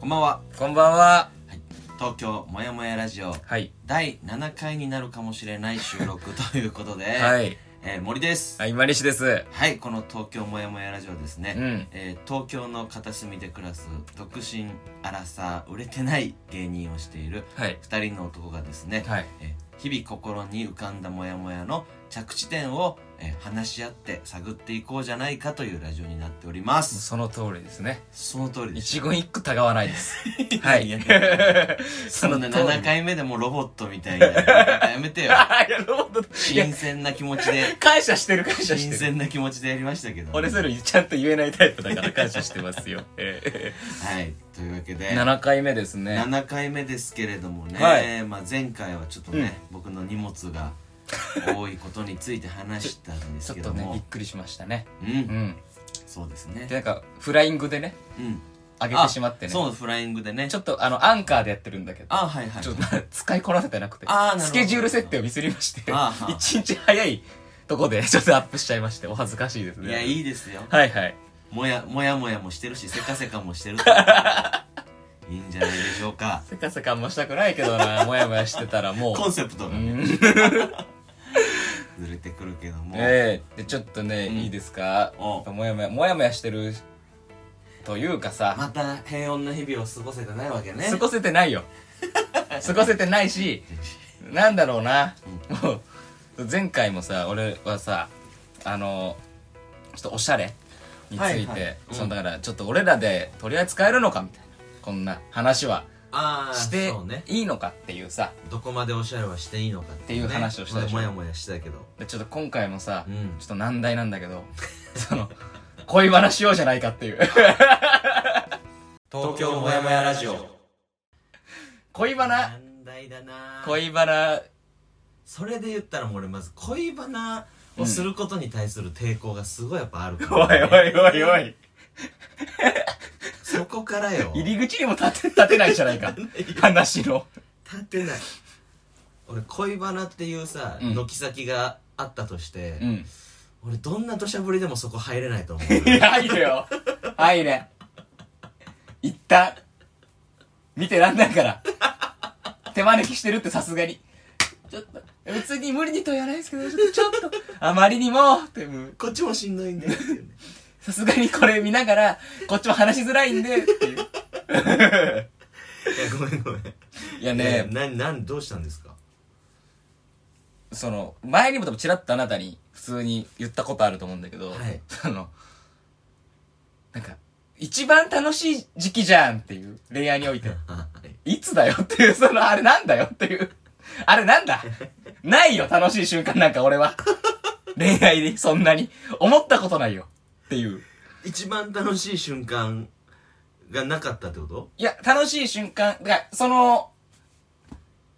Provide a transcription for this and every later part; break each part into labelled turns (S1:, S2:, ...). S1: こんばんは
S2: こんばんは。
S1: 東京もやもやラジオ
S2: はい。
S1: 第7回になるかもしれない収録ということで、
S2: はい。
S1: えー森です
S2: あ、今西です。
S1: はいこの東京もやもやラジオですね、
S2: うん
S1: えー東京の片隅で暮らす独身荒さ売れてない芸人をしている
S2: はい。
S1: 2人の男がですね、
S2: はい。
S1: えー日々心に浮かんだモヤモヤの着地点を、えー話し合って探っていこうじゃないかというラジオになっております
S2: その通りですね。
S1: その通りです
S2: 一言一句たがわないです。はい い
S1: やい。そ
S2: そ
S1: ん
S2: の
S1: な
S2: 通り。
S1: 7回目でもうロボットみたいな言い方やめてよ
S2: いや、ロボット、いや
S1: 新、鮮な気持ちで
S2: 感謝してる、感謝
S1: 新
S2: してる。
S1: 鮮な気持ちでやりましたけど、
S2: 俺それちゃんと言えないタイプだから感謝してますよ。え
S1: はいというわけで
S2: え7回目ですね。
S1: 7回目ですけれどもね、
S2: はい
S1: まあ、前回はちょっとね、僕の荷物が多いことについて話したんで
S2: ち
S1: す
S2: ょっ
S1: け
S2: と
S1: ど
S2: ね、
S1: も、
S2: びっくりしましたね。
S1: う
S2: うんん。
S1: そうですね
S2: で、なんか、フライングでね、
S1: うん
S2: 上げてしまってね。
S1: そうフライングでね
S2: ちょっと、あの、アンカーでやってるんだけど。
S1: あはいはい
S2: ちょっとまだ使いこなせてなくて
S1: あーなるほど
S2: スケジュール設定をミスりまして
S1: あーはー
S2: 一日早いとこでちょっとアップしちゃいましてお恥ずかしいですね
S1: いやいいですよ
S2: はいはい
S1: もやもやもやもしてるしせかせかもして るからいいんじゃないでしょうか
S2: せかせかあんましたくないけど なもやもやしてたらも
S1: コンセプト
S2: うう
S1: が
S2: ん
S1: ずれてくるけども、
S2: ええでちょっとね、
S1: うん
S2: いいですか
S1: お
S2: もやもやもやもやしてるというかさ、
S1: また平穏な日々を過ごせてないわけね
S2: 過ごせてな いよ過ごせてないしなんだろうな、もう前回もさ俺はさあのちょっとおしゃれについて、
S1: はいはいうん
S2: そのだからちょっと俺らで取り扱えるのかみたいなこんな話は
S1: ああ
S2: して
S1: そうね
S2: いいのかっていうさ
S1: どこまでおしゃれはしていいのかっていう,、ね、
S2: っていう話をしたでしょ
S1: もやもやしてたけど
S2: でちょっと今回もさ、
S1: うん
S2: ちょっと難題なんだけど その恋話しようじゃないかっていう
S1: 東京もやもやラジオ
S2: 恋バナ
S1: 難題だな
S2: 恋バナ
S1: それで言ったらもう俺まず恋バナをすることに対する抵抗がすごいやっぱあるか
S2: おい
S1: ら、
S2: おいおいおい
S1: そこからよ
S2: 入り口にも立て立てないじゃない か話の
S1: 立ってない俺恋バナっていうさ、
S2: うん
S1: 軒先があったとして、
S2: うん
S1: 俺どんな土砂降りでもそこ入れないと思う
S2: 入れよ入れ一旦見てらんないから手招きしてるってさすがにちょっと別に無理にとは言わないですけどちょっとちょっとあまりにもってもう
S1: こっちもしんどいんだよっていうね
S2: さすがにこれ見ながらこっちも話しづらいんでっていう
S1: いやごめんごめん
S2: いや
S1: ね
S2: ね
S1: えななんどうしたんですか
S2: その前にも多分ちらっとあなたに普通に言ったことあると思うんだけど、
S1: はい
S2: そのなんか一番楽しい時期じゃんっていう恋愛において
S1: はい
S2: いつだよっていう、その、あれなんだよっていう。あれな んだないよ、楽しい瞬間なんか俺は。恋愛でそんなに。思ったことないよ。っていう。
S1: 一番楽しい瞬間がなかったってこと
S2: いや、楽しい瞬間、がその、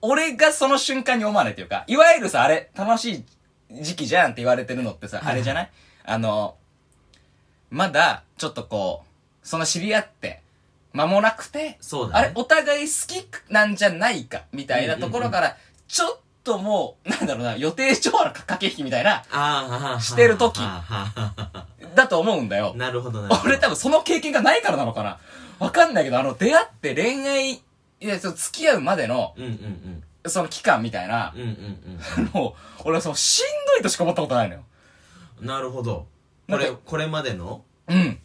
S2: 俺がその瞬間に思わないというか、いわゆるさ、あれ、楽しい時期じゃんって言われてるのってさ、あれじゃないあの、まだ、ちょっとこう、その知り合って、間もなくて、
S1: そう
S2: あ
S1: だ
S2: れ
S1: ね、
S2: お互い好きなんじゃないか、みたいなところから、ちょっともう、なんだろうな、予定調和の駆け引きみたいな、
S1: ああ
S2: してる 時
S1: な
S2: だと思うんだよ。
S1: るほどなるほど
S2: 俺多分その経験がないからなのかな。わかんないけど、あの、出会って恋愛、いや、その付き合うまでの、
S1: うんうんうん
S2: その期間みたいな
S1: う、んうん
S2: もう、俺はその、しんどいとしか思ったことないのよ。
S1: うんなるほどこ
S2: なんか
S1: れこれまでの
S2: うん。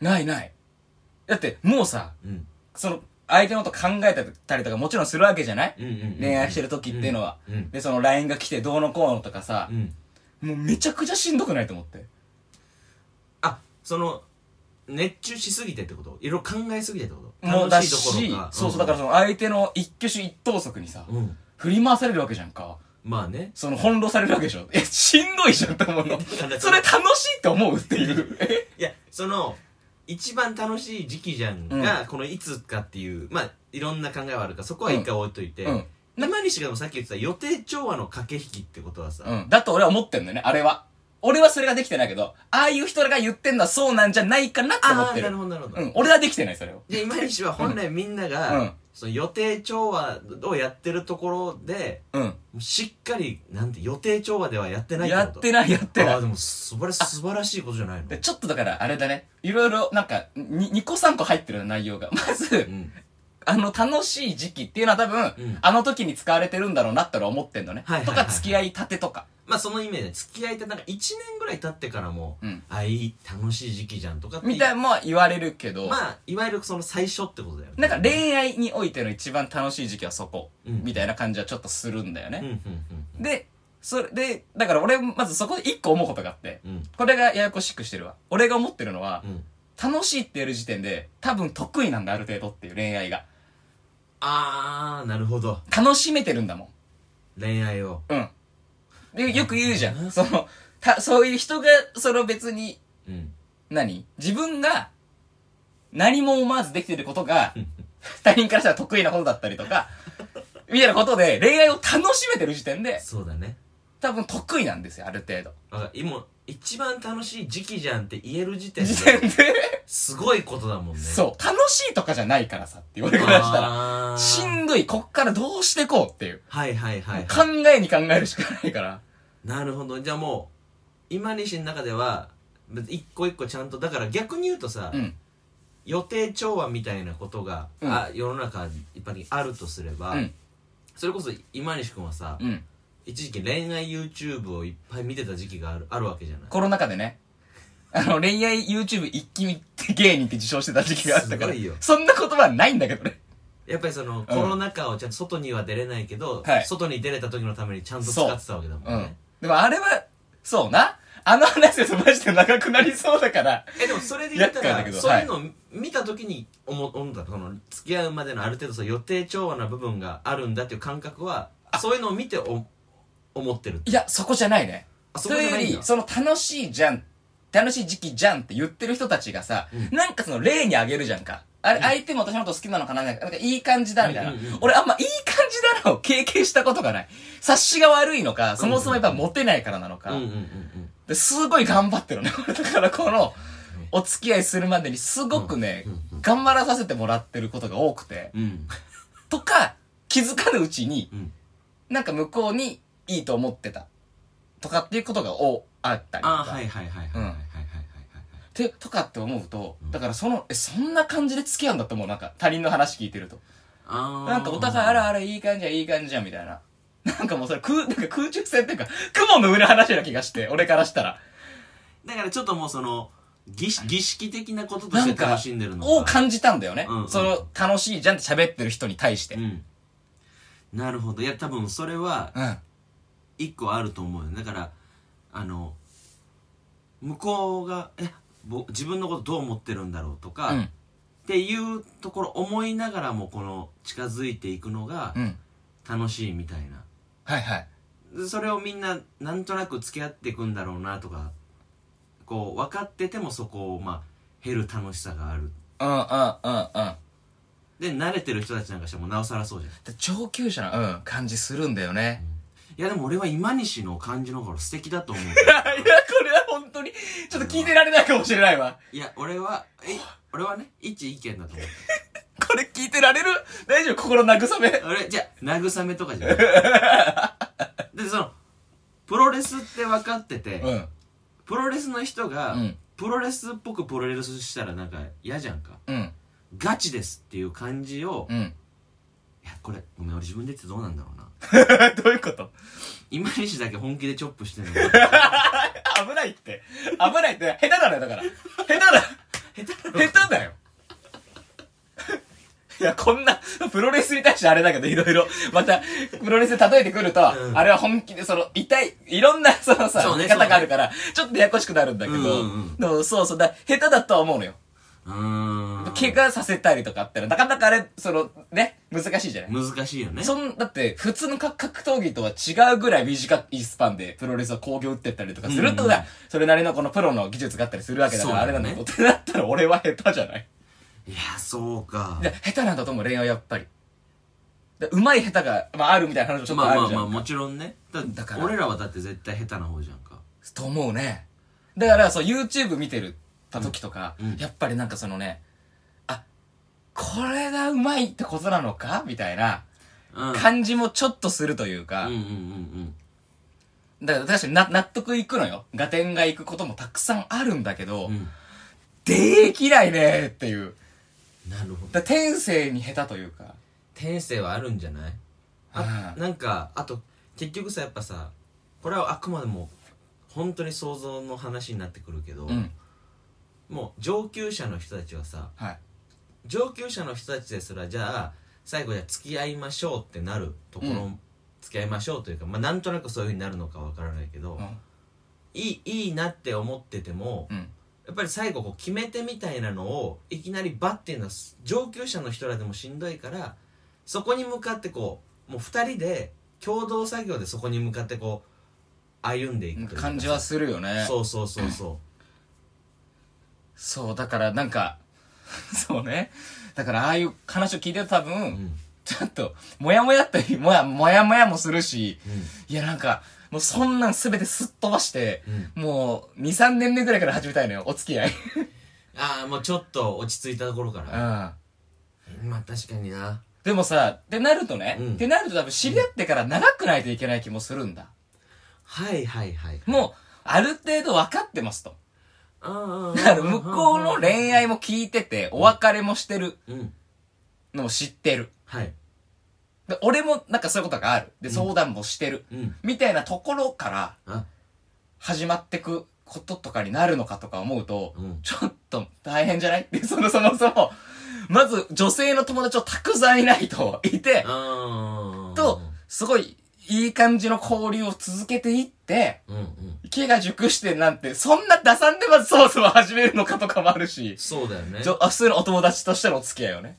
S2: ないない。だって、もうさ、
S1: うん
S2: その、相手のこと考えたりとかもちろんするわけじゃない
S1: うんうんうん
S2: 恋愛してる時っていうのは
S1: うんうん
S2: で、その LINE が来てどうのこうのとかさ
S1: う、ん
S2: もうめちゃくちゃしんどくないと思って。
S1: あその熱中しすぎてってこといろいろ考えすぎてってこと
S2: もうだ
S1: 楽し
S2: し、
S1: いどころか
S2: そうそう、だからその相手の一挙手一投足にさ、
S1: うん
S2: 振り回されるわけじゃんか。
S1: まあね
S2: その翻弄されるわけでしょ。え、しんどいじゃんって思うの
S1: から。
S2: それ楽しいって思うっていう。え
S1: いやその一番楽しい時期じゃんが、このいつかっていうまあいろんな考えはあるからそこは一回置いといて、
S2: うん。
S1: 生西がでもさっき言ってた予定調和の駆け引きってことはさ、
S2: うん。だと俺は思ってんだよね、あれは。俺はそれができてないけど、ああいう人らが言ってんのはそうなんじゃないかなと思
S1: あ
S2: っ
S1: あ
S2: て
S1: な
S2: る。
S1: るほどなるほど、
S2: うん、俺はできてない、それを。
S1: で今西は本来みんなが、
S2: うん
S1: その予定調和をやってるところで
S2: うん。
S1: しっかりなんて予定調和ではやってない
S2: や
S1: こ
S2: っ
S1: と
S2: てない、やってな
S1: あ
S2: い
S1: あで。も素晴ら素晴らしいことじゃないの
S2: でちょっとだから、あれだね。いろいろ、なんか、に、2個3個入ってる内容が。 まず
S1: う、ん
S2: あの、楽しい時期っていうのは多分、
S1: ん
S2: あの時に使われてるんだろうなって俺は思ってんのね。
S1: はいはいはいはい
S2: とか、付き合いたてとか。
S1: まあそのイメージで付き合いってなんか1年ぐらい経ってからも、
S2: うん
S1: あいい楽しい時期じゃんとかって
S2: みたいな、まあ言われるけど、
S1: まあいわゆるその最初ってことだよね
S2: なんか恋愛においての一番楽しい時期はそこ、
S1: うん
S2: みたいな感じはちょっとするんだよ
S1: うんう
S2: ね。
S1: ん
S2: で、それで、だから俺、まずそこで一個思うことがあって、
S1: うんうん
S2: これがややこしくしてるわ。俺が思ってるのは
S1: う、ん
S2: 楽しいってやる時点で、多分得意なんだ、ある程度っていう恋愛が。
S1: ああなるほど
S2: 楽しめてるんだもん。
S1: 恋愛を
S2: うん。で、よく言うじゃん。その、た、そういう人が、その別に、
S1: うん
S2: 何自分が、何も思わずできてることが
S1: ん、
S2: 他人からしたら得意なことだったりとか、みたいなことで、恋愛を楽しめてる時点で、
S1: そうだね
S2: 多分得意なんですよ、ある程度。
S1: あ今一番楽しい時期じゃんって言える時点
S2: 時点
S1: で
S2: で、
S1: すごいことだもんね
S2: そう、楽しいとかじゃないからさ、って俺からしたら、
S1: あー
S2: しんどい、こっからどうしてこうっていう。
S1: はいはいはい、
S2: 考
S1: は
S2: えに考えるしかないから。
S1: い、なるほどじゃあもう今西の中では別に一個一個ちゃんとだから逆に言うとさ、
S2: うん。
S1: 予定調和みたいなことが、
S2: うん
S1: あ世の中一般にあるとすれば、
S2: うん。
S1: それこそ今西君はさ、
S2: うん。
S1: 一時期恋愛 YouTube をいっぱい見てた時期があるあるわけじゃない
S2: コロナ禍でね、あの、恋愛 YouTube 一気見芸人って自称してた時期があったから
S1: すごいよ、
S2: そんな言葉はないんだけどね。
S1: やっぱりその、コロナ禍をちゃんと外には出れないけど、
S2: はい
S1: 外に出れた時のためにちゃんと使ってたわけだもん
S2: う
S1: ね、
S2: ん。でもあれは、そうな。あの話ですとマジで長くなりそうだから。
S1: えでもそれで言った
S2: 厄介だ
S1: ら
S2: けど
S1: そういうのを見た時に思思ったその付き合うまでのある程度その予定調和な部分があるんだっていう感覚はそういうのを見てお思ってる
S2: いや、そこじゃないね。
S1: あ
S2: それより、その楽しいじゃん、楽しい時期じゃんって言ってる人たちがさ、
S1: う
S2: なんかその例にあげるじゃんか。あれ、相手も私のこと好きなのかななんか、なんかいい感じだ、みたいな、
S1: うんうんうん
S2: 俺あんまいい感じだなを経験したことがない。察しが悪いのか、そもそもやっぱモテないからなのか。
S1: うんうんうん
S2: ですごい頑張ってるね。 だからこの、お付き合いするまでにすごくね、頑張らさせてもらってることが多くて、
S1: うんうん
S2: とか、気づかぬうちに、
S1: うん
S2: なんか向こうにいいと思ってた。とかっていうことがおあったりと
S1: あ
S2: か。
S1: あはいはいはいはいはいはいはいはい
S2: てとかって思うと、だからその、え、そんな感じで付き合うんだってもうなんか他人の話聞いてると。
S1: あー
S2: なんかお互いあらあらいい感じやいい感じやみたいな。 なんかもうそれ空、なんか空中戦っていうか、雲の上の話な気がして、俺からしたら。
S1: だからちょっともうその儀式儀式的なことと
S2: な
S1: し
S2: ん
S1: て
S2: か
S1: 楽しんでる、の
S2: を感じたんだよね
S1: うんう。ん
S2: その、楽しいじゃんって喋ってる人に対して。
S1: う
S2: うん。
S1: んなるほどいや多分それは一個あると思うよだからあの向こうがえぼ自分のことどう思ってるんだろうとか、
S2: う
S1: っ
S2: ん。
S1: ていうところ思いながらもこの近づいていくのが
S2: うん。
S1: 楽しいみたいな、
S2: はいはい。
S1: でそれをみんななんとなく付き合っていくんだろうなとかこう分かっててもそこをまあ減る楽しさがある
S2: うんうんうんうん。
S1: で慣れてる人たちなんかしてもなおさらそうじゃんい
S2: で上級者な、うん、感じするんだよね。
S1: やでも俺は今西の感じの頃素敵だと 思う
S2: いや、これは本当に、ちょっと聞いてられないかもしれないわ。
S1: いや俺はえ俺はね一意見だと思う
S2: これ聞いてられる大丈夫心慰め。
S1: あれじゃあ慰めとかじゃ ないでそのプロレスって分かってて、
S2: うん。
S1: プロレスの人が、
S2: うん
S1: プロレスっぽくプロレスしたらなんか嫌じゃんか
S2: うん。
S1: ガチですっていう感じを、い
S2: うん。
S1: やこれごめん俺自分で言ってどうなんだろうな
S2: どういうこと
S1: 今西だけ本気でチョップして んのか
S2: 危ないって。危ないって、下手だね、だから。下手だ。
S1: 下手なの
S2: 下手だよ。 いや、こんな、プロレスに対してあれだけど、いろいろ、また、プロレスで例えてくると、
S1: ん
S2: あれは本気で、その、痛い、いろんな、そのさ、
S1: そうね
S2: 見方があるから、ちょっとややこしくなるんだけど、
S1: うんうん
S2: でもそうそう、だ下手だとは思うのよ。
S1: うーん
S2: 怪我させたりとかあってのはなかなかあれ、その、ね、難しいじゃない
S1: 難しいよね
S2: そん、だって、普通の格格闘技とは違うぐらい短いスパンでプロレスは工業打ってったりとかするってこと
S1: うん
S2: は、それなりのこのプロの技術があったりするわけだから、
S1: そ
S2: あ
S1: う
S2: れ
S1: だ
S2: なん
S1: ね
S2: だけど、ってなったら俺は下手じゃない
S1: いやそうか
S2: で下手なんだと思う、恋愛やっぱり。で上手い下手が、まああるみたいな話もちょっと
S1: ま
S2: あ
S1: あま
S2: る
S1: あ
S2: じゃん。
S1: まあもちろんねだ
S2: だから
S1: 俺らはだって絶対下手な方じゃんか
S2: と思うね。だから、そう、YouTube 見てるた時とか、
S1: うんうん
S2: やっぱりなんかそのね、あ、これがうまいってことなのかみたいな
S1: うんうん
S2: 感じもちょっとするというか、
S1: うんうん
S2: だから確かにな納得いくのよ。合点がいくこともたくさんあるんだけど、
S1: うんうん
S2: できないねっていう。
S1: なるほど
S2: だから天性に下手というか。
S1: 天性はあるんじゃないあ
S2: はい
S1: なんかあと結局さやっぱさこれはあくまでも本当に想像の話になってくるけど、
S2: うん。
S1: もう上級者の人たちはさ
S2: はい。
S1: 上級者の人たちですらじゃあ最後じゃあ付き合いましょうってなるところ、
S2: うん
S1: 付き合いましょうというか、まあ、なんとなくそういうふうになるのかわからないけど、
S2: うん。
S1: いいいいなって思ってても
S2: うん。
S1: やっぱり最後こう決め手みたいなのをいきなりバッていうのは上級者の人らでもしんどいからそこに向かってこうもう2人で共同作業でそこに向かってこう歩んでいくというか
S2: 感じはするよね。
S1: そうそうそうそ
S2: そう、だからなんか、 そうね。だからああいう話を聞いてると多
S1: う、うん
S2: 分、ちょっと、もやもやったり、もや、もやもやもするし、
S1: う
S2: いやなんか、もうそんなんすべてすっ飛ばして、
S1: んうん、
S2: もう、2、3年目ぐらいから始めたいのよ、お付き合い。
S1: ああもうちょっと落ち着いたところか
S2: う
S1: ら、
S2: ん。
S1: まあ確かにな
S2: でもさ、ってなるとね、
S1: うん
S2: ってなると多分知り合ってから長くないといけない気もするんだ。
S1: はいはいはい
S2: もう、ある程度分かってますと。
S1: う
S2: だから向こうの恋愛も聞いてて、お別れもしてる
S1: うん
S2: のを知ってる。
S1: はい
S2: で俺もなんかそういうことがある。で、相談もしてる。
S1: うん
S2: みたいなところから
S1: あ
S2: 始まってくこととかになるのかとか思うと、
S1: うん
S2: ちょっと大変じゃないって、そもそもそも、まず女性の友達をたくさんいないといて、
S1: あー
S2: と、すごいいい感じの交流を続けていって、
S1: うんうん
S2: 毛が熟してなんて、そんな打算でまずそもそも始めるのかとかもあるし、
S1: そうだよね
S2: じょあ普通のお友達としてのお付き合いをね。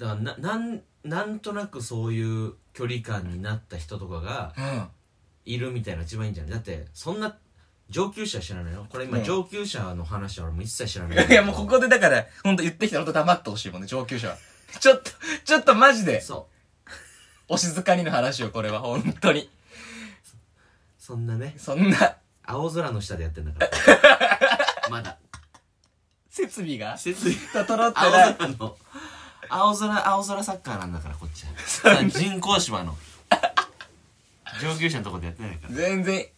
S1: だからななんなんとなくそういう距離感になった人とかが
S2: うん。
S1: いるみたいなのが一番いいんじゃないだってそんな上級者は知らないよこれ今
S2: うん
S1: 上級者の話は俺も一切知らない
S2: いやもうここでだから、ほんと言ってきたらほんと黙ってほしいもんね、上級者は。ちょっと、ちょっとマジで、
S1: そう
S2: お静かにの話よ、これは、ほんとに。
S1: そんなね
S2: そんな、
S1: 青空の下でやってんだか らまだ
S2: 設備が、
S1: 設備
S2: 整って
S1: 青
S2: ない。
S1: 空の青空青空サッカーなんだからこっちは人工芝の上級者のとこでやってないから
S2: 全然、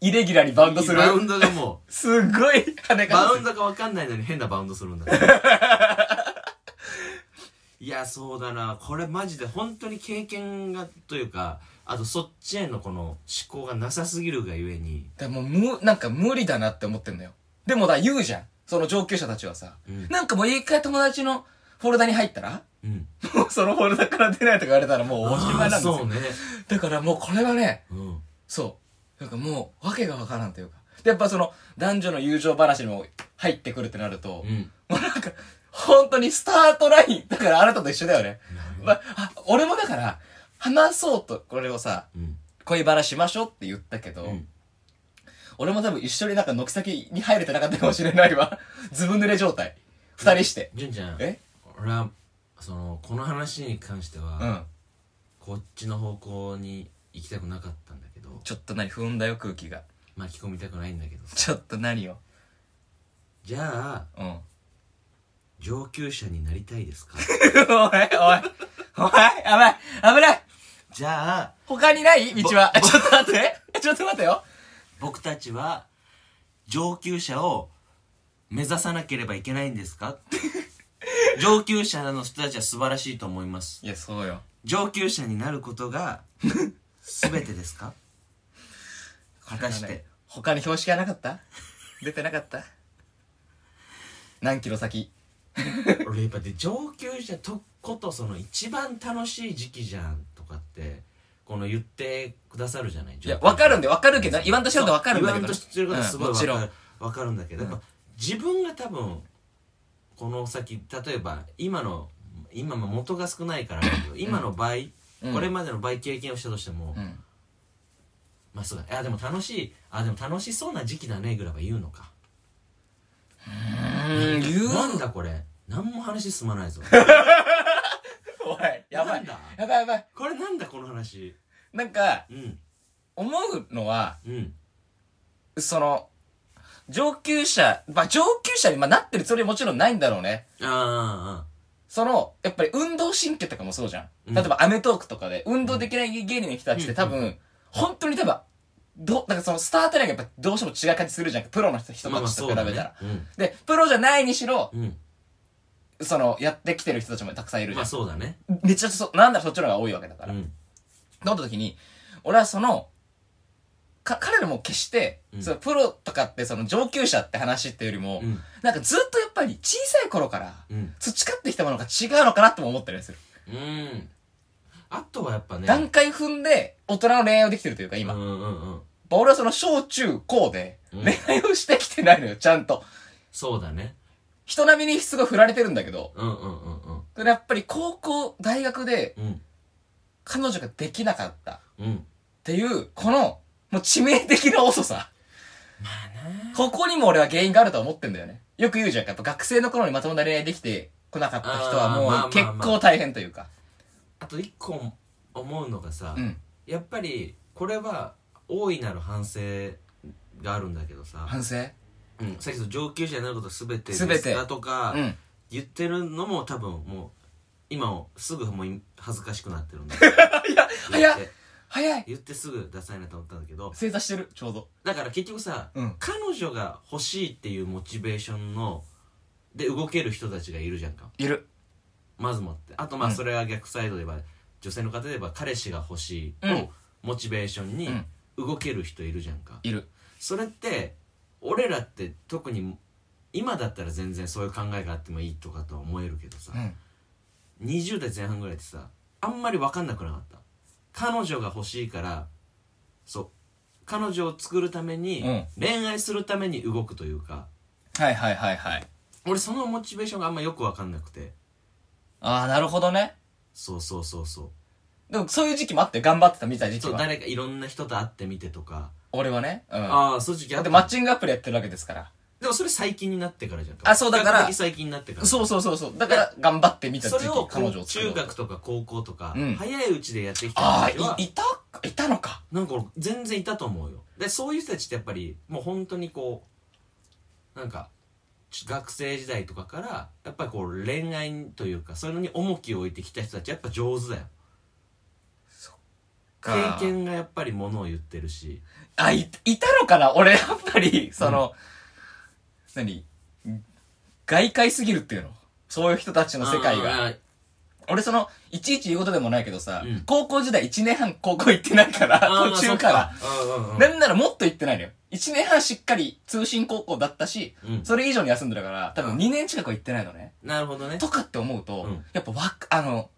S2: イレギュラーにバウンドする。
S1: バウンドがも
S2: すっごい跳ね
S1: うバ
S2: 方
S1: ウ
S2: す
S1: ン
S2: る。
S1: ドが分かんないのに変なバウンドするんだ からいやそうだなこれマジで本当に経験がというかあとそっちへのこの思考がなさすぎるがゆえに
S2: でもむ、なんか無理だなって思ってんだよ。でもだ、言うじゃん。その上級者たちはさ。
S1: うん
S2: なんかもう一回友達のフォルダに入ったら、
S1: うん
S2: もうそのフォルダから出ないとか言われたらもうおしまいなんです
S1: あーそ
S2: よ
S1: う。ね
S2: だからもうこれはね、
S1: うん
S2: そう。なんかもう、わけがわからんというか。で、やっぱその、男女の友情話にも入ってくるってなると、
S1: うん
S2: もうなんか、本当にスタートライン。だからあなたと一緒だよね。まあ、俺もだから、話そうと、これをさ、
S1: うん
S2: 恋バナしましょうって言ったけど、
S1: うん
S2: 俺も多分一緒になんか軒先に入れてなかったかもしれないわ。 ずぶ濡れ状態。二人して。
S1: 純ちゃん
S2: え
S1: 俺はそのこの話に関しては、
S2: うん。
S1: こっちの方向に行きたくなかったんだけど
S2: ちょっと何踏んだよ空気が。
S1: 巻き込みたくないんだけど
S2: ちょっと何を。
S1: じゃあ
S2: うん。おい
S1: 上級者になりたいです か
S2: おいおいやばい危ない
S1: じゃあ
S2: 他にない道は。ちょっと待って。ちょっと待ってよ。
S1: 僕たちは上級者を目指さなければいけないんです か上級者の人たちは素晴らしいと思います
S2: いや、そうよ。
S1: 上級者になることが全てですか果たして、
S2: 他に標識がなかった出てなかった何キロ先
S1: 俺やっぱで上級者とことその一番楽しい時期じゃんとかってこの言ってくださるじゃない
S2: いや、わかるんで、わかるけど、言わんとしてることわかるんだ
S1: そ
S2: け
S1: う言
S2: ど。
S1: わんとしてることはすごいわ
S2: うんも
S1: か
S2: ち
S1: る,、
S2: ろん。
S1: わかるんだけどやっぱ自分が多分この先例えば今の今も元が少ないからだけど今の倍、
S2: うん
S1: これまでの倍経験をしたとしても、
S2: うん。
S1: まあそうだいやでも楽しいあでも楽しそうな時期だねぐらいは言うのか
S2: うん、言う
S1: なんだこれ何も話進まないぞ
S2: おい、 やば
S1: なん
S2: い
S1: だ。
S2: やばいやばい。
S1: これなんだこの話
S2: なんか、
S1: うん
S2: 思うのは、
S1: うん
S2: その、上級者、まあ、上級者に、まあ、なってるつもりはもちろんないんだろうね。
S1: あ
S2: その、やっぱり運動神経とかもそうじゃ。
S1: うんん
S2: 例えばアメトークとかで、運動できない芸人の人たちって多分、本当に多分、ど、なんかそのスタートラインがやっぱどうしても違う感じするじゃん。プロの人
S1: あ
S2: 人
S1: まあま
S2: た
S1: あ
S2: ちと
S1: そ
S2: 比
S1: うだ
S2: べたら
S1: ね。うん
S2: で、プロじゃないにしろ、
S1: うん
S2: その、やってきてる人たちもたくさんいるじ
S1: ま
S2: ゃ
S1: あ
S2: ん。
S1: そうだね
S2: めちゃくちゃそ、なんだらそっちの方が多いわけだから。
S1: う
S2: っ
S1: ん
S2: てなった時に、俺はその、か、彼らも決して、
S1: うん
S2: そのプロとかってその上級者って話っていうよりも、
S1: うん
S2: なんかずっとやっぱり小さい頃から、
S1: うん
S2: 培ってきたものが違うのかなとも思ったりする。
S1: うんあとはやっぱね
S2: 段階踏んで、大人の恋愛をできてるというか、今。
S1: う
S2: やっ
S1: んうんうん
S2: ぱ俺はその小中高で、
S1: うん
S2: 恋愛をしてきてないのよ、ちゃんと。
S1: そうだね
S2: 人並みにすごい振られてるんだけど、
S1: うんうんうんうん
S2: それやっぱり高校、大学で
S1: うん
S2: 彼女ができなかったっ
S1: うん
S2: ていう、この、もう致命的な遅さ。ここにも俺は原因があるとは思ってんだよね。よく言うじゃん。やっぱ学生の頃にまともな恋愛できてこなかった人は
S1: あーまあま
S2: も
S1: あ
S2: う結構大変というか。
S1: あと一個思うのがさ
S2: うん。
S1: やっぱりこれは大いなる反省があるんだけどさ
S2: 反省
S1: うんさっきの上級者になること全て
S2: 全て
S1: ですだとか
S2: うん。
S1: 言ってるのも多分もう今をすぐもう恥ずかしくなって るんだ
S2: 早っ
S1: 言って
S2: 早い
S1: 言ってすぐダサいなと思ったんだけど
S2: 正座してる、ちょうど。
S1: だから結局さ
S2: うん。
S1: 彼女が欲しいっていうモチベーションので動ける人たちがいるじゃんか
S2: いる。
S1: まずもってあとまあ
S2: うん
S1: それは逆サイドで言えば、女性の方で言えば彼氏が欲しい
S2: うん
S1: をモチベーションに
S2: うん
S1: 動ける人いるじゃんか、
S2: いる。
S1: それって俺らって特に今だったら全然そういう考えがあってもいいとかとは思えるけどさ、
S2: うん。
S1: 20代前半ぐらいってさあんまり分かんなくなかった彼女が欲しいからそう彼女を作るために、
S2: うん
S1: 恋愛するために動くというか
S2: はいはいはいはい。
S1: 俺そのモチベーションがあんまよく分かんなくて
S2: ああ、なるほどね。
S1: そうそうそうそう
S2: でもそういう時期もあって頑張ってたみたいな時期
S1: そう
S2: は。
S1: 誰かいろんな人と会ってみてとか、
S2: 俺はね。うん。だ
S1: ああそういう時期あ
S2: っ
S1: ってた
S2: マッチングアプリやってるわけですから。
S1: でもそれ最近になってからじゃん
S2: あそうだから
S1: 比較的最近になってから
S2: そうそうそうそう。だから頑張ってみた
S1: そ
S2: 時
S1: れを
S2: 期、彼
S1: こ
S2: 女
S1: う
S2: を作ろ
S1: 中
S2: うと。
S1: 学とか高校とか、
S2: うん
S1: 早いうちでやってきた
S2: あ
S1: 人たち
S2: あ
S1: は、
S2: い、いた、いたのか。
S1: なんか俺全然いたと思うよでそういう人たちってやっぱりもう本当にこうなんかち学生時代とかからやっぱりこう恋愛というかそういうのに重きを置いてきた人たちやっぱ上手だよ経
S2: か
S1: 験がやっぱりものを言ってるし
S2: あ、い、いたのかな俺、やっぱり、その、何外界すぎるっていうのそういう人たちの世界が。
S1: あー
S2: 俺その、いちいち言うことでもないけどさ、
S1: うん
S2: 高校時代1年半高校行ってないから、
S1: あー
S2: 途中から。
S1: まあそっうんうんうん
S2: なんならもっと行ってないのよ。1年半しっかり通信高校だったし、
S1: うん
S2: それ以上に休んでるから、多分2年近くは行ってないのね。
S1: なるほどね
S2: とかって思うと、
S1: うん
S2: やっぱわっ、あの、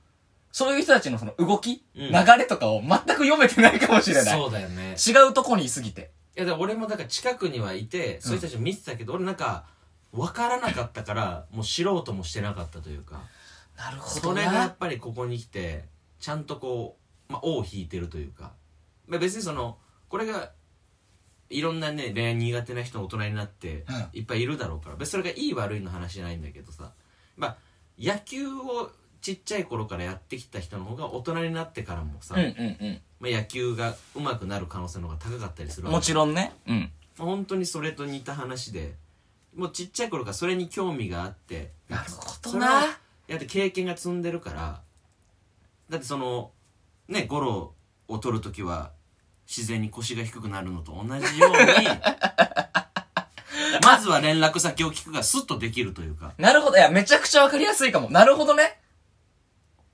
S2: そういう人たちのその動き、
S1: うん
S2: 流れとかを全く読めてないかもしれない。
S1: そうだよね
S2: 違うとこにいすぎて。
S1: いやだから俺もだから近くにはいてそういう人たちを見てたけど、俺なんか分からなかったからもう知ろうともしてなかったというか
S2: なるほ
S1: そ
S2: ど
S1: れがや
S2: な
S1: っ。ぱりここに来てちゃんとこう、まあ、尾を引いてるというか、まあ、別にそのこれがいろんなね恋愛苦手な人の大人になって
S2: うん
S1: いっぱいいるだろうから別にそれがいい悪いの話じゃないんだけどさ、まあ、野球をちっちゃい頃からやってきた人の方が大人になってからもさ、
S2: うんうん
S1: まあ、野球が上手くなる可能性の方が高かったりす
S2: う
S1: る
S2: ん。
S1: わけ
S2: もちろんね。うん。
S1: まあ本当にそれと似た話でもうちっちゃい頃からそれに興味があって
S2: なるほ
S1: そ
S2: ど
S1: れ
S2: な
S1: を。やって経験が積んでるからだってそのねゴロを取る時は自然に腰が低くなるのと同じよう にまずは連絡先を聞くがスッとできるというか
S2: なるほど。いや、めちゃくちゃわかりやすいかも。なるほどね。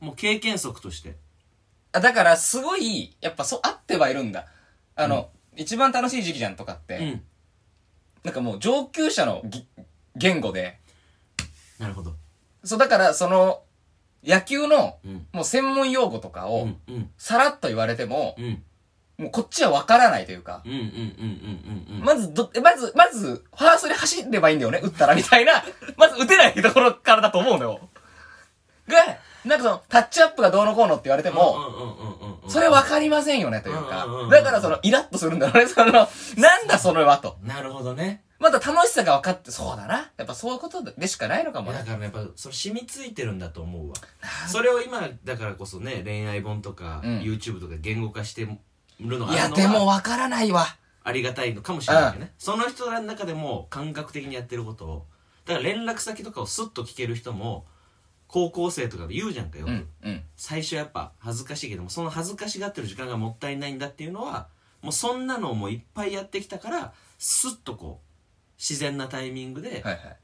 S1: もう経験則として
S2: あだから、すごい、やっぱそう、合ってはいるんだ。あの、一番楽しい時期じゃんとかって、
S1: うん
S2: なんかもう上級者のぎ言語で、
S1: なるほど
S2: そう、だから、その、野球の、
S1: うん
S2: もう専門用語とか
S1: う
S2: を
S1: ん、うん
S2: さらっと言われても、
S1: うんうん
S2: もうこっちはわからないというか、
S1: うんうんうんうんうん
S2: まずど、まず、まず、ファーストに走ればいいんだよね、打ったら、みたいな、 まず打てないところからだと思うのよ。が、なんかその、タッチアップがどうのこうのって言われても、
S1: うんうんうんうんうん
S2: それわかりませんよね、というか
S1: うんうんうんう。ん
S2: だからその、イラッとするんだろうね、その、なんだそれは、と。
S1: なるほどね
S2: また楽しさが分かって、そうだな。やっぱそういうことでしかないのかも
S1: だ
S2: ね。
S1: からねやっぱそれ染みついてるんだと思うわそれを今だからこそね恋愛本とか、
S2: うん
S1: YouTube とか言語化してるのがあ
S2: い
S1: るのは
S2: や、でも分からないわ。
S1: ありがたいのかもしれないよね、その人らの中でも感覚的にやってることをだから連絡先とかをスッと聞ける人も高校生とかで言うじゃんかよ、
S2: うんうん
S1: 最初やっぱ恥ずかしいけどもその恥ずかしがってる時間がもったいないんだっていうのはもうそんなのをもういっぱいやってきたからスッとこう自然なタイミングで、
S2: はいはい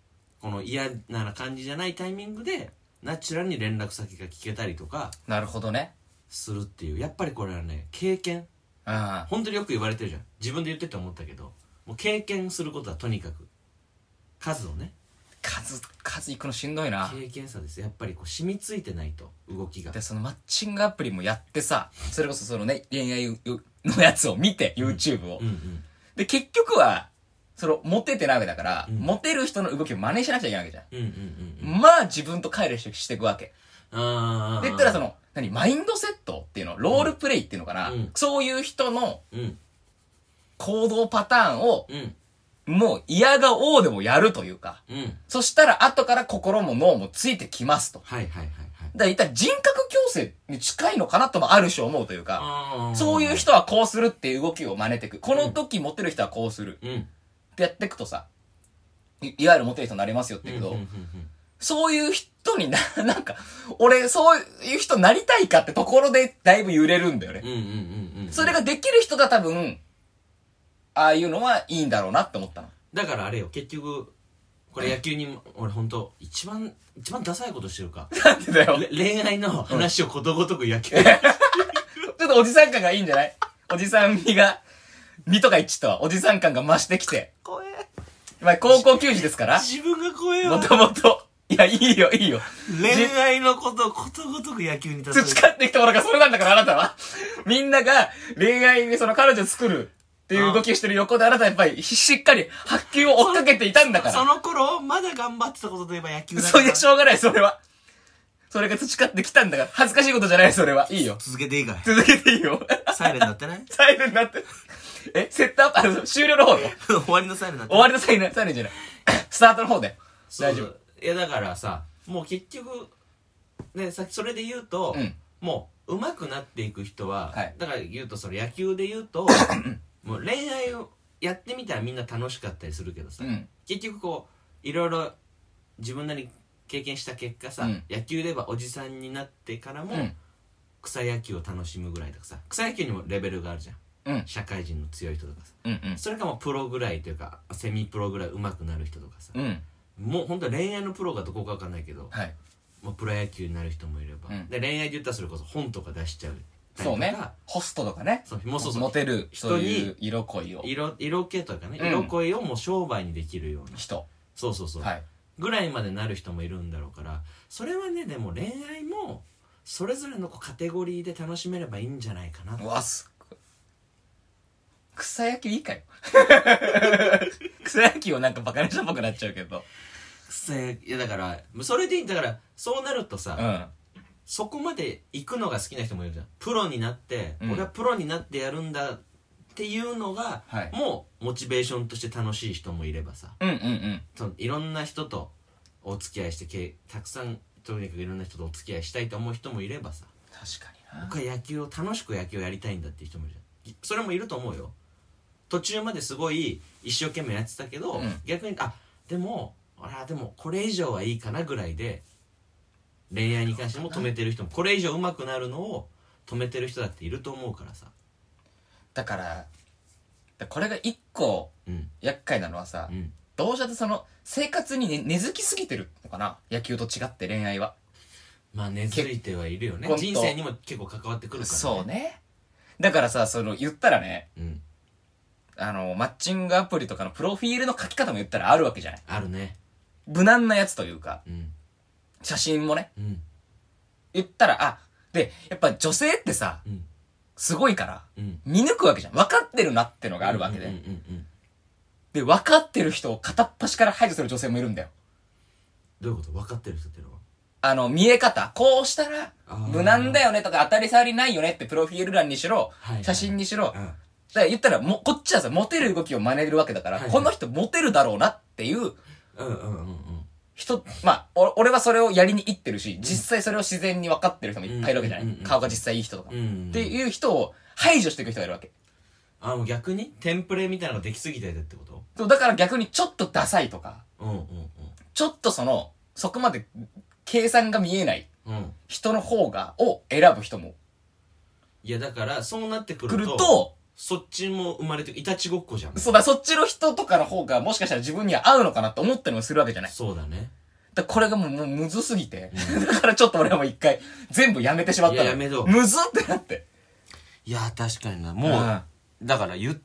S1: この嫌な感じじゃないタイミングでナチュラルに連絡先が聞けたりとか
S2: なるほどね
S1: するっていうやっぱりこれはね経験
S2: あ
S1: 本当によく言われてるじゃん自分で言ってて思ったけどもう経験することはとにかく数をね
S2: 数数行くのしんどいな
S1: 経験差ですやっぱりこう染みついてないと動きが
S2: でそのマッチングアプリもやってさそれこそそのね恋愛のやつを見て YouTube を、
S1: うんうん
S2: で結局はそのモテてないわけだから、
S1: うん
S2: モテる人の動きを真似しなくちゃいけないわけじゃん、
S1: うんうんうんうん
S2: まあ自分と乖離してしていくわけ
S1: あーあーあー
S2: で言ったらその何マインドセットっていうのロールプレイっていうのかな、
S1: うん
S2: そういう人の
S1: うん
S2: 行動パターンを
S1: うん
S2: もう嫌が王でもやるというか
S1: うん
S2: そしたら後から心も脳もついてきますと
S1: はいはいはいはい
S2: だから一旦人格矯正に近いのかなともある種思うというか、
S1: あー
S2: そういう人はこうするっていう動きを真似てく。この時モテる人はこうする。
S1: うん
S2: ってやっていくとさ、いいわゆるモテる人になりますよって
S1: だ
S2: 言
S1: け
S2: うけど、
S1: ど
S2: そういう人にな、 なんか、俺そういう人になりたいかってところでだいぶ揺れるんだよね。
S1: うんうんうんうん
S2: それができる人が多分、ああいうのはいいんだろうなって思ったの。
S1: だからあれよ結局これ野球にも俺本当一番一番ダサいことしてるか
S2: なんでだよ。
S1: れ恋愛の話をことごとく野球
S2: ちょっとおじさん感がいいんじゃないおじさん身が、身とか1とはおじさん感が増してきて。
S1: 怖え
S2: まあ高校球児ですから、
S1: 自分が怖え
S2: も
S1: わ
S2: ともと。いや、いいよ、いいよ。
S1: 恋愛のことをことごとく野球に例える
S2: 培ってきたものがそれなんだから、あなたは。みんなが恋愛にその彼女作るっていう動きをしてる横で、あなたはやっぱりしっかり発球を追っかけていたんだか
S1: そ
S2: ら。
S1: の頃まだ頑張ってたことといえば野球だから
S2: そういや、しょうがない、それは。それが培ってきたんだから、恥ずかしいことじゃない、それは。いいよ。
S1: 続けていいかい
S2: 続けていいよ。
S1: サイレンなってない
S2: サイレンになって。え、セットアップ、あの、終了の方で。
S1: 終わりのサイレンなって
S2: 終わりのサイレン、サイレンじゃない。スタートの方で。
S1: そう
S2: 大丈夫。
S1: いやだからさもう結局ねさそれで言うと、
S2: うん
S1: もう上手くなっていく人は、
S2: はい
S1: だから言うとその野球で言う ともう恋愛をやってみたらみんな楽しかったりするけどさ、
S2: うん。
S1: 結局こういろいろ自分なりに経験した結果さ、
S2: うん
S1: 野球ではおじさんになってからも、
S2: うん。
S1: 草野球を楽しむぐらいとかさ草野球にもレベルがあるじゃん
S2: うん。
S1: 社会人の強い人とかさ
S2: うん。うん。
S1: それかもうプロぐらいというかセミプロぐらい上手くなる人とかさ、
S2: うん。
S1: もう本当恋愛のプロかどこかわかんないけど、
S2: はい。
S1: まあ、プロ野球になる人もいれば、
S2: うん
S1: で恋愛で言ったらそれこそ本とか出しちゃう
S2: そうね
S1: とか。
S2: ホストとかね。
S1: そうもうそうそ
S2: モ
S1: う
S2: テる、そういう色恋を。
S1: 色色気というかね、
S2: うん
S1: 色恋をもう商売にできるような
S2: 人。
S1: そうそうそう、
S2: はい。
S1: ぐらいまでなる人もいるんだろうからそれはねでも恋愛もそれぞれのこうカテゴリーで楽しめればいいんじゃないかな
S2: うわすっごい草野球いいかよ 草野球をなんかバカにしたっぽくなっちゃうけど
S1: せいやだからそれでいいだからそうなるとさ、
S2: うん
S1: そこまで行くのが好きな人もいるじゃんプロになって、
S2: うん
S1: 俺はプロになってやるんだっていうのが、
S2: はい
S1: もうモチベーションとして楽しい人もいればさ
S2: うんうんうん
S1: そのいろんな人とお付き合いしてけたくさんとにかくいろんな人とお付き合いしたいと思う人もいればさ
S2: 確かにな
S1: 僕は野球を楽しく野球をやりたいんだっていう人もいるじゃんそれもいると思うよ途中まですごい一生懸命やってたけど、
S2: うん
S1: 逆にあでもあらでもこれ以上はいいかなぐらいで恋愛に関しても止めてる人もこれ以上上手くなるのを止めてる人だっていると思うからさ
S2: だからだこれが一個
S1: うん
S2: 厄介なのはさ、
S1: うん
S2: どうしたってその生活に、ね、根付きすぎてるのかな野球と違って恋愛は
S1: まあ根付いてはいるよね
S2: け
S1: 人生にも結構関わってくるから、ね、
S2: そうねだからさその言ったらね
S1: うん
S2: あのマッチングアプリとかのプロフィールの書き方も言ったらあるわけじゃない
S1: あるね
S2: 無難なやつというか
S1: うん
S2: 写真もね
S1: うん
S2: 言ったらあでやっぱ女性ってさ
S1: うん
S2: すごいから
S1: うん
S2: 見抜くわけじゃん分かってるなってのがあるわけで、
S1: うんうんうんうん
S2: で分かってる人を片っ端から排除する女性もいるんだよ
S1: どういうこと分かってる人っていうのは
S2: あの見え方こうしたら
S1: あー
S2: 無難だよねとか当たり障りないよねってプロフィール欄にしろ
S1: はいはい
S2: 写真にしろ、
S1: うん
S2: だから言ったらもこっちはさモテる動きを真似るわけだから、
S1: はいはい
S2: この人モテるだろうなっていう
S1: うんうんうんうん
S2: 人まあお俺はそれをやりにいってるし実際それを自然に分かってる人もいっぱいいるわけじゃない、
S1: うんうんうんうん
S2: 顔が実際いい人とか、
S1: うん
S2: っていう人を排除していく人がいるわけ
S1: ああもう逆にテンプレみたいなのができすぎててってこと
S2: そうだから逆にちょっとダサいとか、
S1: うんうん
S2: ちょっとその、そこまで計算が見えない
S1: うんうん
S2: 人の方が、を選ぶ人も
S1: いやだからそうなってくる
S2: 来
S1: と
S2: ると、
S1: そっちも生まれていたちごっこじゃん
S2: そうだ、そっちの人とかの方がもしかしたら自分には合うのかなって思ったりもするわけじゃない。
S1: そうだね
S2: だからこれがもうもうむずすぎて。 だからちょっと俺はもう一回全部やめてしまったの
S1: いややめろ
S2: むずってなって。
S1: いや確かになもう、だから言っ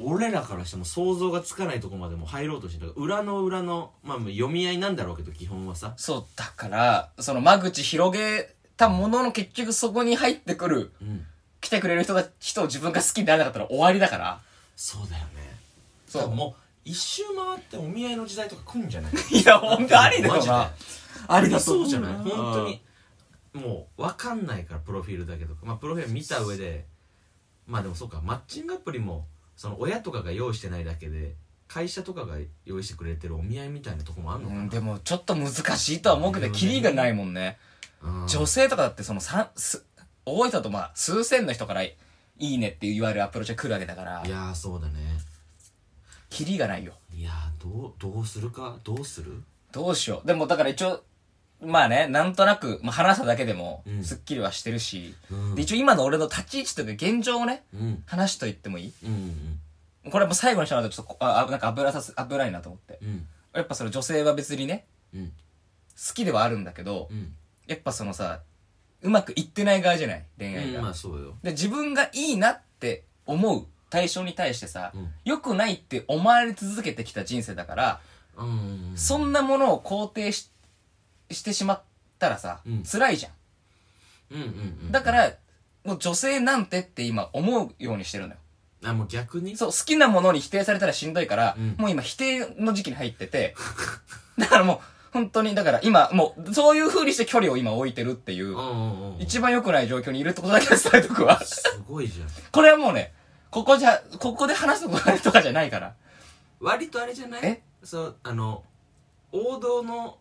S1: 俺らからしても想像がつかないとこまでもう入ろうとしてる裏の裏の、まあ、もう読み合いなんだろうけど基本はさ
S2: そう、だから、その間口広げたものの結局そこに入ってくる、
S1: うん
S2: 来てくれる人が、人を自分が好きにならなかったら終わりだから。
S1: そうだよね
S2: そう
S1: 多分もう一周回ってお見合いの時代とか来んじゃない
S2: いや、ほんとありだ
S1: マ
S2: よ
S1: ジで
S2: な。ありだと
S1: そ
S2: 思
S1: うじゃない本
S2: な
S1: 当に。もう分かんないからプロフィールだけとかまあプロフィール見た上でまあでもそうかマッチングアプリもその親とかが用意してないだけで会社とかが用意してくれてるお見合いみたいなとこもあんの
S2: う
S1: かな、
S2: ん、でもちょっと難しいとは思うけど、
S1: うん
S2: キリがないもんね。
S1: うん
S2: 女性とかだってその三、す、多い人だとまあ数千の人からいいねって言われるアプローチが来るわけだから
S1: い、やーそうだね
S2: キリがないよ。
S1: いやーどうどうするかどうする
S2: どうしよう。でもだから一応、まあね、なんとなく、まあ、話しただけでも
S1: う、ん
S2: すっきりはしてるし、
S1: うん
S2: で、一応今の俺の立ち位置というか現状をね、
S1: うん
S2: 話しと言ってもいい
S1: うんうん
S2: これもう最後にしたのとちょっとこ、あ、あなんか油さす、危ないなと思って。
S1: うん
S2: やっぱその女性は別にね、
S1: うん
S2: 好きではあるんだけど、
S1: うん
S2: やっぱそのさ、うまくいってない側じゃない恋愛
S1: うんま
S2: が
S1: あ。そうよ
S2: で、自分がいいなって思う対象に対してさ
S1: うん、
S2: 良くないって思われ続けてきた人生だから、
S1: うんうんうん
S2: そんなものを肯定ししてしまったらさ、
S1: うん
S2: 辛いじゃん。
S1: うんうんうん
S2: だから、もう女性なんてって今思うようにしてるのよ。
S1: あもう逆に
S2: そう、好きなものに否定されたらしんどいから、
S1: うん
S2: もう今否定の時期に入ってて、 だからもう、本当に、だから今、もう、そういう風にして距離を今置いてるっていうう、
S1: んうんうんうん
S2: 一番良くない状況にいるってことだけは伝えとくわ。
S1: すごいじゃん
S2: これはもうね、ここじゃ、ここで話すこととかじゃないから。
S1: 割とあれじゃない
S2: え
S1: そうあの王道の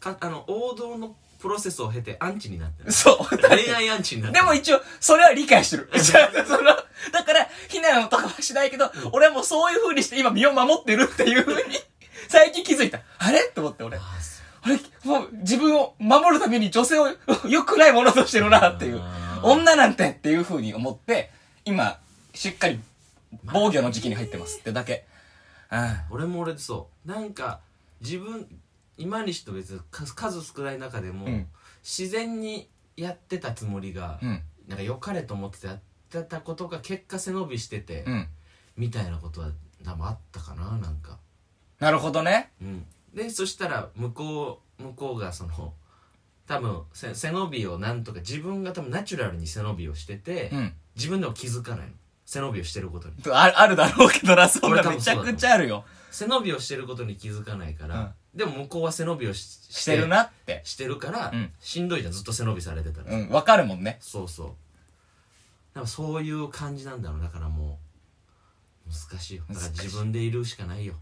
S1: かあの王道のプロセスを経てアンチになってる
S2: そう。だって
S1: 恋愛アンチになって
S2: で
S1: る
S2: も一応、それは理解してる。 じゃあ、その、だから、避難とかはしないけど、俺はもうそういう風にして今身を守ってるっていう風に、最近気づいた。あれって思って俺。あ
S1: あーそう
S2: れ、もう自分を守るために女性を良くないものとしてるなっていう。女なんてっていう風に思って、今、しっかり防御の時期に入ってますってだけ。う
S1: 俺も俺でそうなんか自分今にして別に数数少ない中でも、
S2: うん
S1: 自然にやってたつもりが、
S2: ん。うん。
S1: なんか良かれと思ってやってたことが結果背伸びしてて、
S2: うん。
S1: みたいなことは多分あったかななんか
S2: なるほどね。
S1: うん、でそしたら向こう向こうがその多分せ背伸びをなんとか自分が多分ナチュラルに背伸びをしてて、
S2: うん。
S1: 自分でも気づかないの背伸びをしてることに
S2: ああるだろうけどな、そん
S1: 俺多
S2: なめ
S1: 分
S2: ち
S1: そうだと
S2: ゃ
S1: 思う
S2: くちゃあるよ。
S1: 背伸びをしてることに気づかないから、でも向こうは背伸びをしし
S2: してるなって。
S1: してるから、
S2: うん
S1: しんどいじゃんずっと背伸びされてたら、
S2: うん、わかるもんね。
S1: そうそうなんかそういう感じなんだろうだからもう難しいよだから
S2: 難しい
S1: 自分でいるしかないよ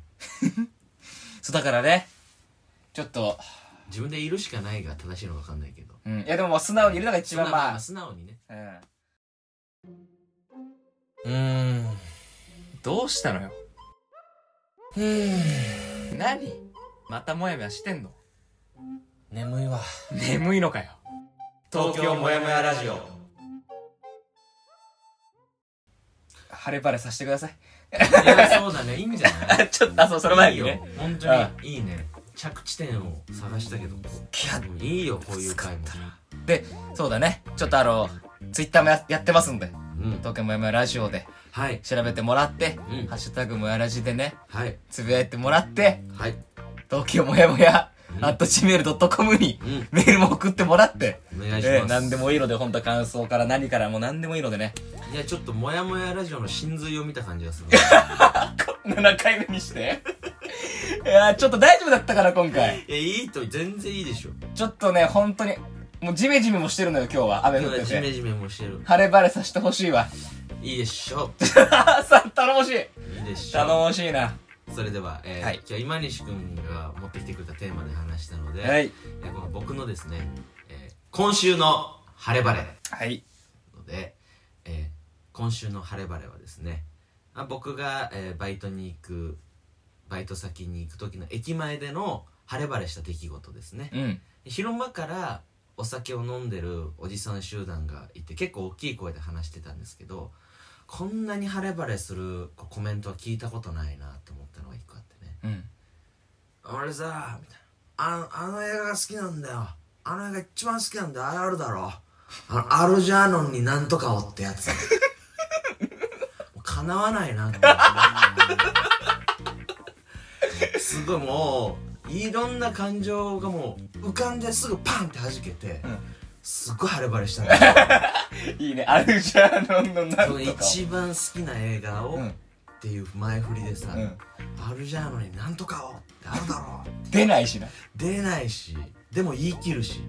S2: そうだからね、ちょっと、
S1: 自分でいるしかないが正しいのか分かんないけど
S2: うん、いやでもまあ素直にいるのが一番
S1: そんなま
S2: ま
S1: あ素直にね
S2: あ、うん。うーん、どうしたのよ。
S1: うーん
S2: 何またもやもやしてんの
S1: 眠いわ
S2: 眠いのかよ。東京もやもやラジオ晴れ晴れさせてください。
S1: いやそうだねいいんじゃな
S2: あ
S1: い
S2: ちょっと、 あ、そう、その前に
S1: いい
S2: ね
S1: よ。本当にいいね着地点を探したけどいいよこういう回も
S2: で、そうだね。ちょっとあの、ツイッターもややってますんで、
S1: うん
S2: 東京もやもやラジオで
S1: はい
S2: 調べてもらって、
S1: うん
S2: ハッシュタグもやらじでね、
S1: はい
S2: つぶやいてもらって、
S1: はい
S2: 東京もやもや、
S1: うん
S2: at gmail.com に
S1: うん
S2: メールも送ってもらって、
S1: お願いし
S2: え
S1: ます
S2: ー何でもいいので、本当感想から何からもう何でもいいのでね。
S1: いやちょっともやもやラジオの真髄を見た感じがす る
S2: 7回目にして。 いやーちょっと大丈夫だったから今回。
S1: いやいいと全然いいでしょ
S2: ちょっとね、本当に、もうジメジメもしてるのよ、今日は。雨
S1: 今
S2: 降っ
S1: 日は
S2: て
S1: ジメ
S2: て。
S1: ジメもしてる
S2: 晴れ晴れさせてほしいわ。
S1: いいでしょ
S2: さあ、頼もしい。
S1: いいでし
S2: 頼
S1: ょ
S2: もしいな。
S1: それでは、えー
S2: はい
S1: 今日今西君が持ってきてくれたテーマで話したので、
S2: はい。
S1: えーこの僕のですね、えー今週の晴れ晴れ
S2: はい。
S1: ので、えー今週の晴れ晴れはですね、まあ、僕が、えーバイトに行くバイト先に行く時の駅前での晴れ晴れした出来事ですね
S2: うん
S1: 昼間からお酒を飲んでるおじさん集団がいて結構大きい声で話してたんですけどこんなに晴れ晴れするこうコメントは聞いたことないなって思ったのが一個あってね
S2: うん
S1: 「俺さ」みたいなあの「あの映画が好きなんだよあの映画一番好きなんだよあれあるだろあのアルジャーノンになんとかを」ってやつもう叶わないなと思ってすごいもういろんな感情がもう浮かんですぐパンって弾けて、
S2: うん
S1: すっごい晴れ晴れしたんだよ
S2: いいねアルジャーノンのなん
S1: そ
S2: と
S1: の
S2: か
S1: 一番好きな映画を、
S2: うん
S1: っていう前振りでさ、
S2: うん
S1: アルジャーノンになんとかをってあるだろう
S2: 出ないしな
S1: 出ないしでも言い切るし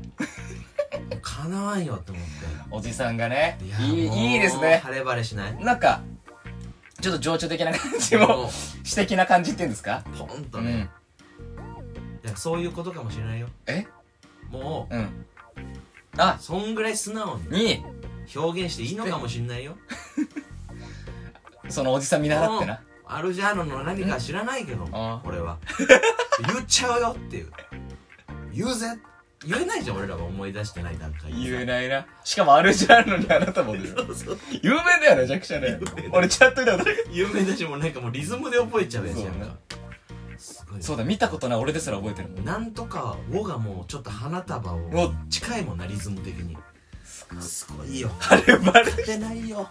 S1: かなわんよって思っ
S2: おじさんがね
S1: ていや
S2: い
S1: もう
S2: いいいですね
S1: 晴れ晴れしない
S2: なんかちょっと情緒的な感じも
S1: も
S2: 詩的な感じっていうんですか
S1: うポンと
S2: う
S1: ね
S2: ん、
S1: いやそういうことかもしれないよ
S2: え
S1: もう
S2: うんあ
S1: そんぐらい素直に
S2: に
S1: 表現していいのかもしれないよ
S2: そのおじさん見習ってな
S1: うんアルジャーノンの何か知らないけど
S2: あ
S1: 俺は言っちゃうよっていう言うぜ言えないじゃん俺らは思い出してない段階で
S2: 言えないなしかもアルジャーノンにあなたも出る
S1: そうそう
S2: 有名だよね弱者ね俺チャットでたこと
S1: 有名だしもうなんかもうリズムで覚えちゃうやつやん
S2: そう
S1: か、
S2: ね
S1: すごいよ
S2: そうだ見たことない俺ですら覚えてるもん
S1: なんとか「を」がもうちょっと花束
S2: お
S1: を近いもんなリズム的にすごいよ
S2: あれバレ
S1: 勝てないよ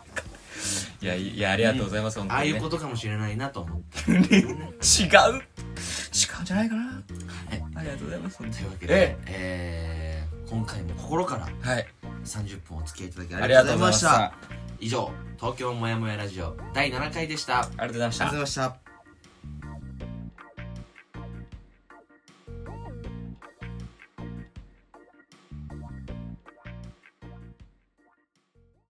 S2: いやいやありがとうございます、
S1: ああ
S2: 本当
S1: い
S2: に、ね、
S1: うことかもしれないなと思 って
S2: 違う違うんじゃないかなありがとうございます本当
S1: と
S2: に
S1: いうわけで、えー今回も心から
S2: はい
S1: 30分お付き合いいただき
S2: あ
S1: あ
S2: り
S1: り
S2: が
S1: が
S2: と
S1: と
S2: う
S1: う
S2: ご
S1: ご
S2: ざ
S1: ざ
S2: い
S1: い
S2: ま
S1: ま
S2: し
S1: したた以上東京もやもやラジオ第7回でしたありがと
S2: ありがとうございました
S1: ました